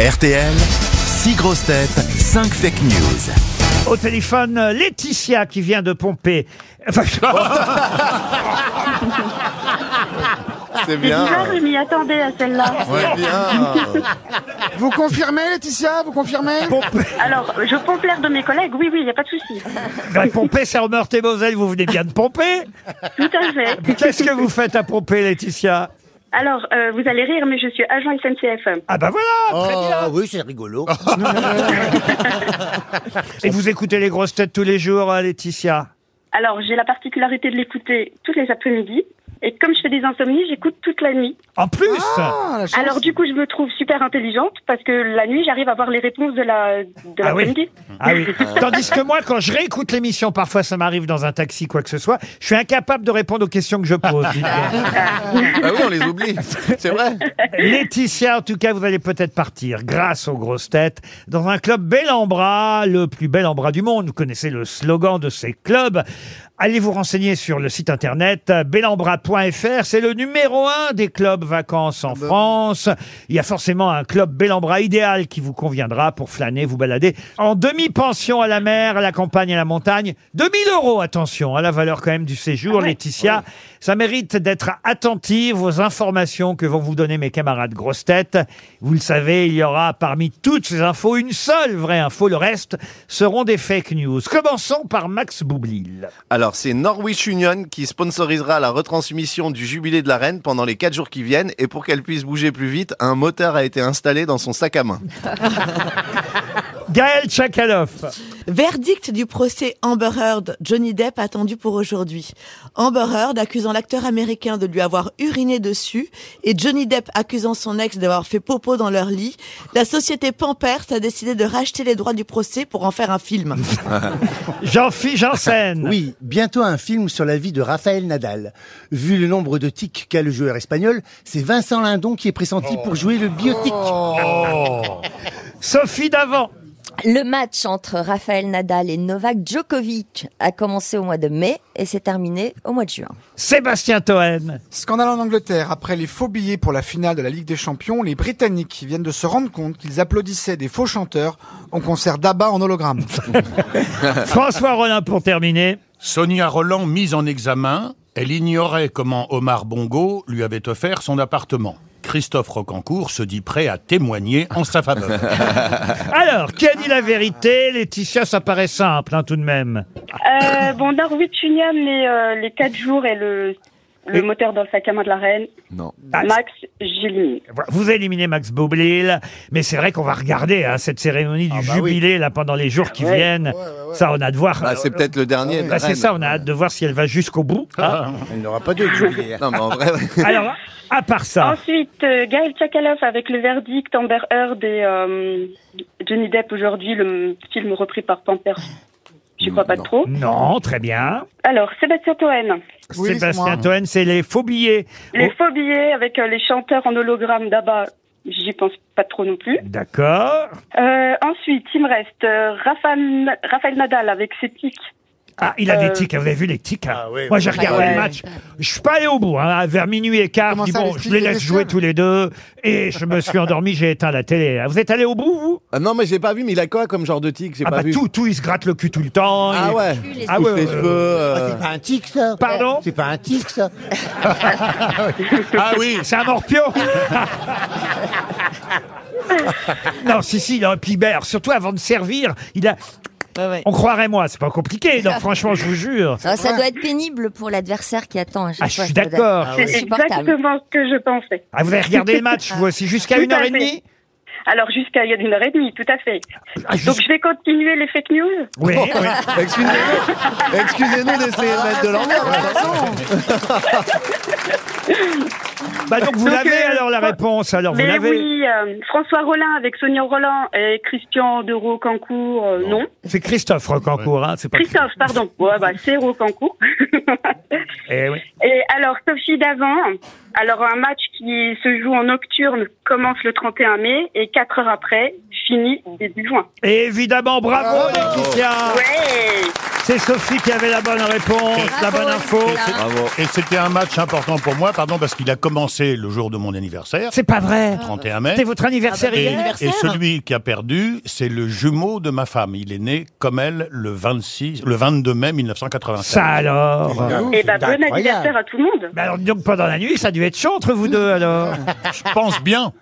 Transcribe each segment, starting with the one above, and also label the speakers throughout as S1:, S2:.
S1: RTL, 6 grosses têtes, 5 fake news.
S2: Au téléphone, euh, Laetitia qui vient de pomper. Enfin,
S3: C'est
S4: C'est
S3: bien.
S4: bizarre, je ah m'y attendais à celle-là.
S3: Ouais, bien.
S5: Vous confirmez, Laetitia Vous confirmez
S2: pomper,
S4: Alors, je pompe l'air de mes collègues, oui, oui, il n'y a pas de souci.
S2: bah, pomper, c'est en Meurthe et Moselle, vous venez bien de pomper.
S4: Tout à fait.
S2: Qu'est-ce que vous faites à pomper, Laetitia
S4: Alors, euh, vous allez rire, mais je suis agent SNCF.
S2: Ah bah voilà, très bien.
S6: Oh, oui, c'est rigolo.
S2: Et vous écoutez les grosses têtes tous les jours, euh, Laetitia
S4: Alors, j'ai la particularité de l'écouter toutes les après-midi. Et comme je fais des insomnies, j'écoute toute la nuit.
S2: En plus
S5: Ah, la chance.
S4: Alors, du coup, je me trouve super intelligente parce que la nuit, j'arrive à voir les réponses de la de
S2: Ah oui.
S4: l'après-midi.
S2: Ah oui. Tandis que moi, quand je réécoute l'émission, parfois ça m'arrive dans un taxi, quoi que ce soit, je suis incapable de répondre aux questions que je pose. dites donc.
S3: Ah oui, on les oublie. C'est vrai.
S2: Laetitia, en tout cas, vous allez peut-être partir, grâce aux grosses têtes, dans un club bel en bras, le plus bel en bras du monde. Vous connaissez le slogan de ces clubs. Allez vous renseigner sur le site internet euh, belambra.fr. C'est le numéro un des clubs vacances en France. Il y a forcément un club bel en bras idéal qui vous conviendra pour flâner, vous balader en demi-pension à la mer, à la campagne, à la montagne. 2000 euros, attention, à la valeur quand même du séjour, Laetitia. Ça mérite d'être attentive aux informations que vont vous donner mes camarades grosses têtes. Vous le savez, il y aura parmi toutes ces infos une seule vraie info. Le reste seront des fake news. Commençons par Max Boublil.
S3: Alors, c'est Norwich Union qui sponsorisera la retransmission du Jubilé de la Reine pendant les 4 jours qui viennent. Et pour qu'elle puisse bouger plus vite, un moteur a été installé dans son sac à main.
S2: Gaël Tchakaloff.
S7: Verdict du procès Amber Heard, Johnny Depp attendu pour aujourd'hui. Amber Heard accusant l'acteur américain de lui avoir uriné dessus et Johnny Depp accusant son ex d'avoir fait popo dans leur lit. La société Pampers a décidé de racheter les droits du procès pour en faire un film.
S2: Jean-Philippe Janssen.
S6: Oui, bientôt un film sur la vie de Raphaël Nadal. Vu le nombre de tics qu'a le joueur espagnol, c'est Vincent Lindon qui est pressenti pour jouer le biotic.
S2: Sophie Davant.
S8: Le match entre Rafael Nadal et Novak Djokovic a commencé au mois de mai et s'est terminé au mois de juin.
S2: Sébastien Toen.
S5: Scandale en Angleterre. Après les faux billets pour la finale de la Ligue des Champions, les Britanniques qui viennent de se rendre compte qu'ils applaudissaient des faux chanteurs en concert d'Abba en hologramme.
S2: François Rollin pour terminer.
S9: Sonia Roland mise en examen, elle ignorait comment Omar Bongo lui avait offert son appartement. Christophe Rocancourt se dit prêt à témoigner en sa faveur.
S2: Alors, qui a dit la vérité Laetitia, ça paraît simple hein, tout de même.
S4: Euh, bon, Norwich Union, les, euh, les 4 jours et le, le
S2: Et-
S4: moteur dans le sac à main de la reine.
S3: Non.
S2: Ah,
S4: Max, j'élimine.
S2: Voilà, Vous éliminez Max Boublil, mais c'est vrai qu'on va regarder hein, cette cérémonie
S5: Ah, bah
S2: du jubilé là pendant les jours qui viennent. Ça, on a de voir.
S3: Bah, c'est peut-être le dernier.
S2: Bah,
S3: la
S2: c'est
S3: Reine.
S2: ça, on a hâte de voir si elle va jusqu'au bout. hein.
S3: Ah
S6: Elle n'aura pas de jubilé.
S3: Non, mais en vrai, ouais.
S2: Alors, à part ça,
S4: Ensuite, euh, Gaël Tchakaloff avec le verdict Amber Heard et euh, Johnny Depp aujourd'hui, le film repris par Pampers. Je crois pas
S3: Non.
S4: trop.
S2: non, très bien.
S4: Alors, Sébastien Toen,
S5: Oui,
S2: Sébastien
S5: c'est moi.
S2: Toen, c'est les faux billets.
S4: les
S2: Oh,
S4: faux billets avec euh, les chanteurs en hologramme d'Abba, j'y pense pas trop non plus.
S2: D'accord.
S4: Euh, ensuite, il me reste euh, Rafa- Raphaël, Nadal avec ses tics.
S2: Ah, il a
S4: Euh,
S2: des tics, hein, vous avez vu les tics. hein.
S6: Ah oui,
S2: Moi,
S6: oui.
S2: j'ai regardé
S4: Ouais.
S2: le match. Je suis pas allé au bout, hein, vers minuit et quart.
S5: Comment
S2: je dis,
S5: ça,
S2: bon,
S5: les
S2: je
S5: tics,
S2: les
S5: les
S2: laisse jouer
S5: seuls
S2: tous les deux. Et je me suis endormi, j'ai éteint la télé. hein. Vous êtes allé au bout, vous
S3: Ah non, mais j'ai pas vu, mais il a quoi comme genre de tic J'ai
S2: Ah
S3: pas
S2: bah
S3: vu.
S2: tout, tout, il se gratte le cul tout le temps.
S3: Ah
S2: il-
S3: ouais.
S8: les
S2: Ah
S3: Touche
S2: ouais, ouais,
S3: les
S2: ouais.
S3: cheveux. euh,
S6: C'est pas un tic, ça
S2: Pardon
S6: C'est pas un tic, ça
S9: ah oui,
S2: C'est un morpion Non, si, si, il a un pibert. Surtout avant de servir, il a...
S7: Ouais, ouais.
S2: On croirait moi, c'est pas compliqué. Non, franchement, je vous jure.
S8: Ça, ça doit être pénible pour l'adversaire qui attend. hein, à chaque
S2: Ah, je
S8: fois,
S2: suis
S8: ça doit être
S2: d'accord.
S6: Ah
S4: C'est
S6: oui.
S8: Insupportable.
S4: exactement ce que je pensais.
S2: Ah, vous avez regardé le match, vous aussi, jusqu'à
S4: Tout
S2: une heure
S4: à
S2: et
S4: fait.
S2: demie
S4: Alors, jusqu'à il y a une heure et demie, tout à fait.
S2: Ah, jus-
S4: Donc, je vais continuer les fake news.
S2: Oui, oui.
S3: Excusez-nous excusez-nous d'essayer de mettre de l'ambiance.
S2: Bah donc vous
S4: Donc,
S2: l'avez
S4: euh,
S2: alors la
S4: Fran-
S2: réponse, alors vous
S4: Mais
S2: l'avez.
S4: oui, euh, François Rollin avec Sonia Roland et Christian de Rocancourt, euh, non.
S2: C'est Christophe Rocancourt, hein, c'est pas.
S4: Christophe, pardon. Ouais, bah, c'est Rocancourt.
S2: Eh oui.
S4: et alors, Sophie Davant, alors un match qui se joue en nocturne commence le 31 mai et 4 heures après, fini début juin.
S2: Et évidemment, bravo Laetitia
S4: Ouais
S2: C'est Sophie qui avait la bonne réponse, la
S8: Bravo,
S2: bonne info.
S8: Laetitia.
S3: Bravo.
S9: Et c'était un match important pour moi, pardon, parce qu'il a commencé le jour de mon anniversaire,
S2: C'est pas vrai
S9: 31 mai.
S2: C'était votre anniversaire
S9: Et,
S2: hier
S9: et celui qui a perdu, c'est le jumeau de ma femme. Il est né comme elle le 26, le 22 mai 1987.
S2: Ça alors
S4: Et bah, bon anniversaire à tout le monde
S2: Bah alors, dis donc, pendant la nuit, ça a dû être chaud entre vous deux, alors.
S9: Je pense bien.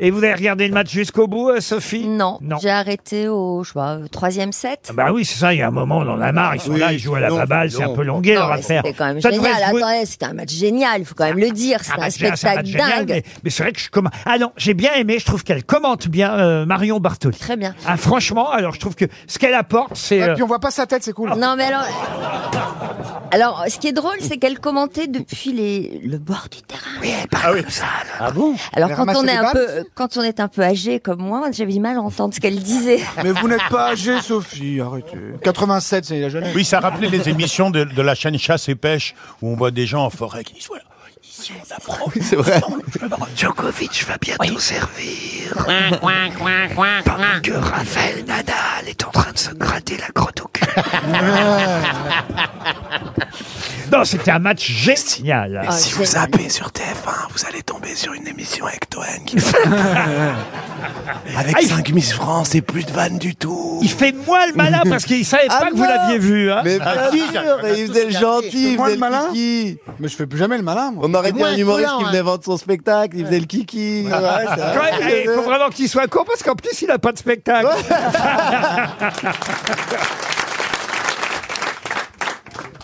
S2: Et vous avez regardé le match jusqu'au bout, euh, Sophie
S8: Non,
S2: Non.
S8: j'ai arrêté au, je sais pas, au troisième set.
S2: Ah Bah oui, c'est ça, il y a un moment, on en a marre, ils sont
S6: Oui,
S2: là, ils jouent à la
S6: c'est long,
S2: baballe,
S6: c'est
S2: c'est un
S6: long.
S2: peu longué
S8: Non,
S2: leur
S8: mais
S2: affaire.
S8: C'était quand même
S2: Ça devrait
S8: génial.
S2: se jouer-
S8: Attendez, c'était un match génial, il faut quand même le dire.
S2: Ah
S8: C'était
S2: bah,
S8: un
S2: c'est c'est un
S8: spectacle
S2: match génial,
S8: dingue.
S2: mais, mais c'est vrai que je commence. Ah non, j'ai bien aimé, je trouve qu'elle commente bien euh, Marion Bartoli.
S8: Très bien.
S2: Ah franchement, alors je trouve que ce qu'elle apporte, c'est.
S5: Et
S2: euh,
S5: puis on voit pas sa tête, c'est cool.
S8: Non, mais alors. Alors, ce qui est drôle, c'est qu'elle commentait depuis les... le bord du terrain.
S9: Ah oui.
S6: Ah bon
S8: Alors,
S5: Elle
S8: quand
S5: ramassait
S8: on,
S5: les
S8: est un
S5: balles
S8: peu, quand on est un peu âgé comme moi, j'avais du mal à entendre ce qu'elle disait.
S5: Mais vous n'êtes pas âgé, Sophie, arrêtez. 87, c'est la jeunesse.
S9: Oui, ça rappelait les émissions de, de la chaîne Chasse et Pêche où on voit des gens en forêt qui disent voilà, ici on apprend.
S3: C'est vrai.
S2: Djokovic va bientôt servir. Pendant que Raphaël Nadal est en train de se gratter la crotte au cul. euh, non, c'était un match génial.
S8: Ah, génial.
S3: sur TF1, vous allez tomber sur une émission avec Toen.
S2: Ah,
S3: avec
S2: il-
S3: 5 Miss France et plus de vannes du tout.
S2: Il fait moi le malin parce qu'il savait
S6: Ah
S2: pas que vous
S6: bon
S2: l'aviez vu. hein.
S3: Mais
S5: Ah,
S3: bien sûr, et il faisait le gentil, il
S5: Moi, le
S3: faisait
S5: malin
S3: le kiki.
S5: Mais je fais plus jamais le malin, moi.
S3: On aurait dit
S6: moins
S3: un humoriste
S6: insolent,
S3: qui
S6: hein.
S3: venait vendre son spectacle, il faisait le kiki. Ouais, c'est vrai.
S2: Ouais,
S8: ah,
S2: eh, Il faut vraiment qu'il soit court parce qu'en plus il a pas de spectacle.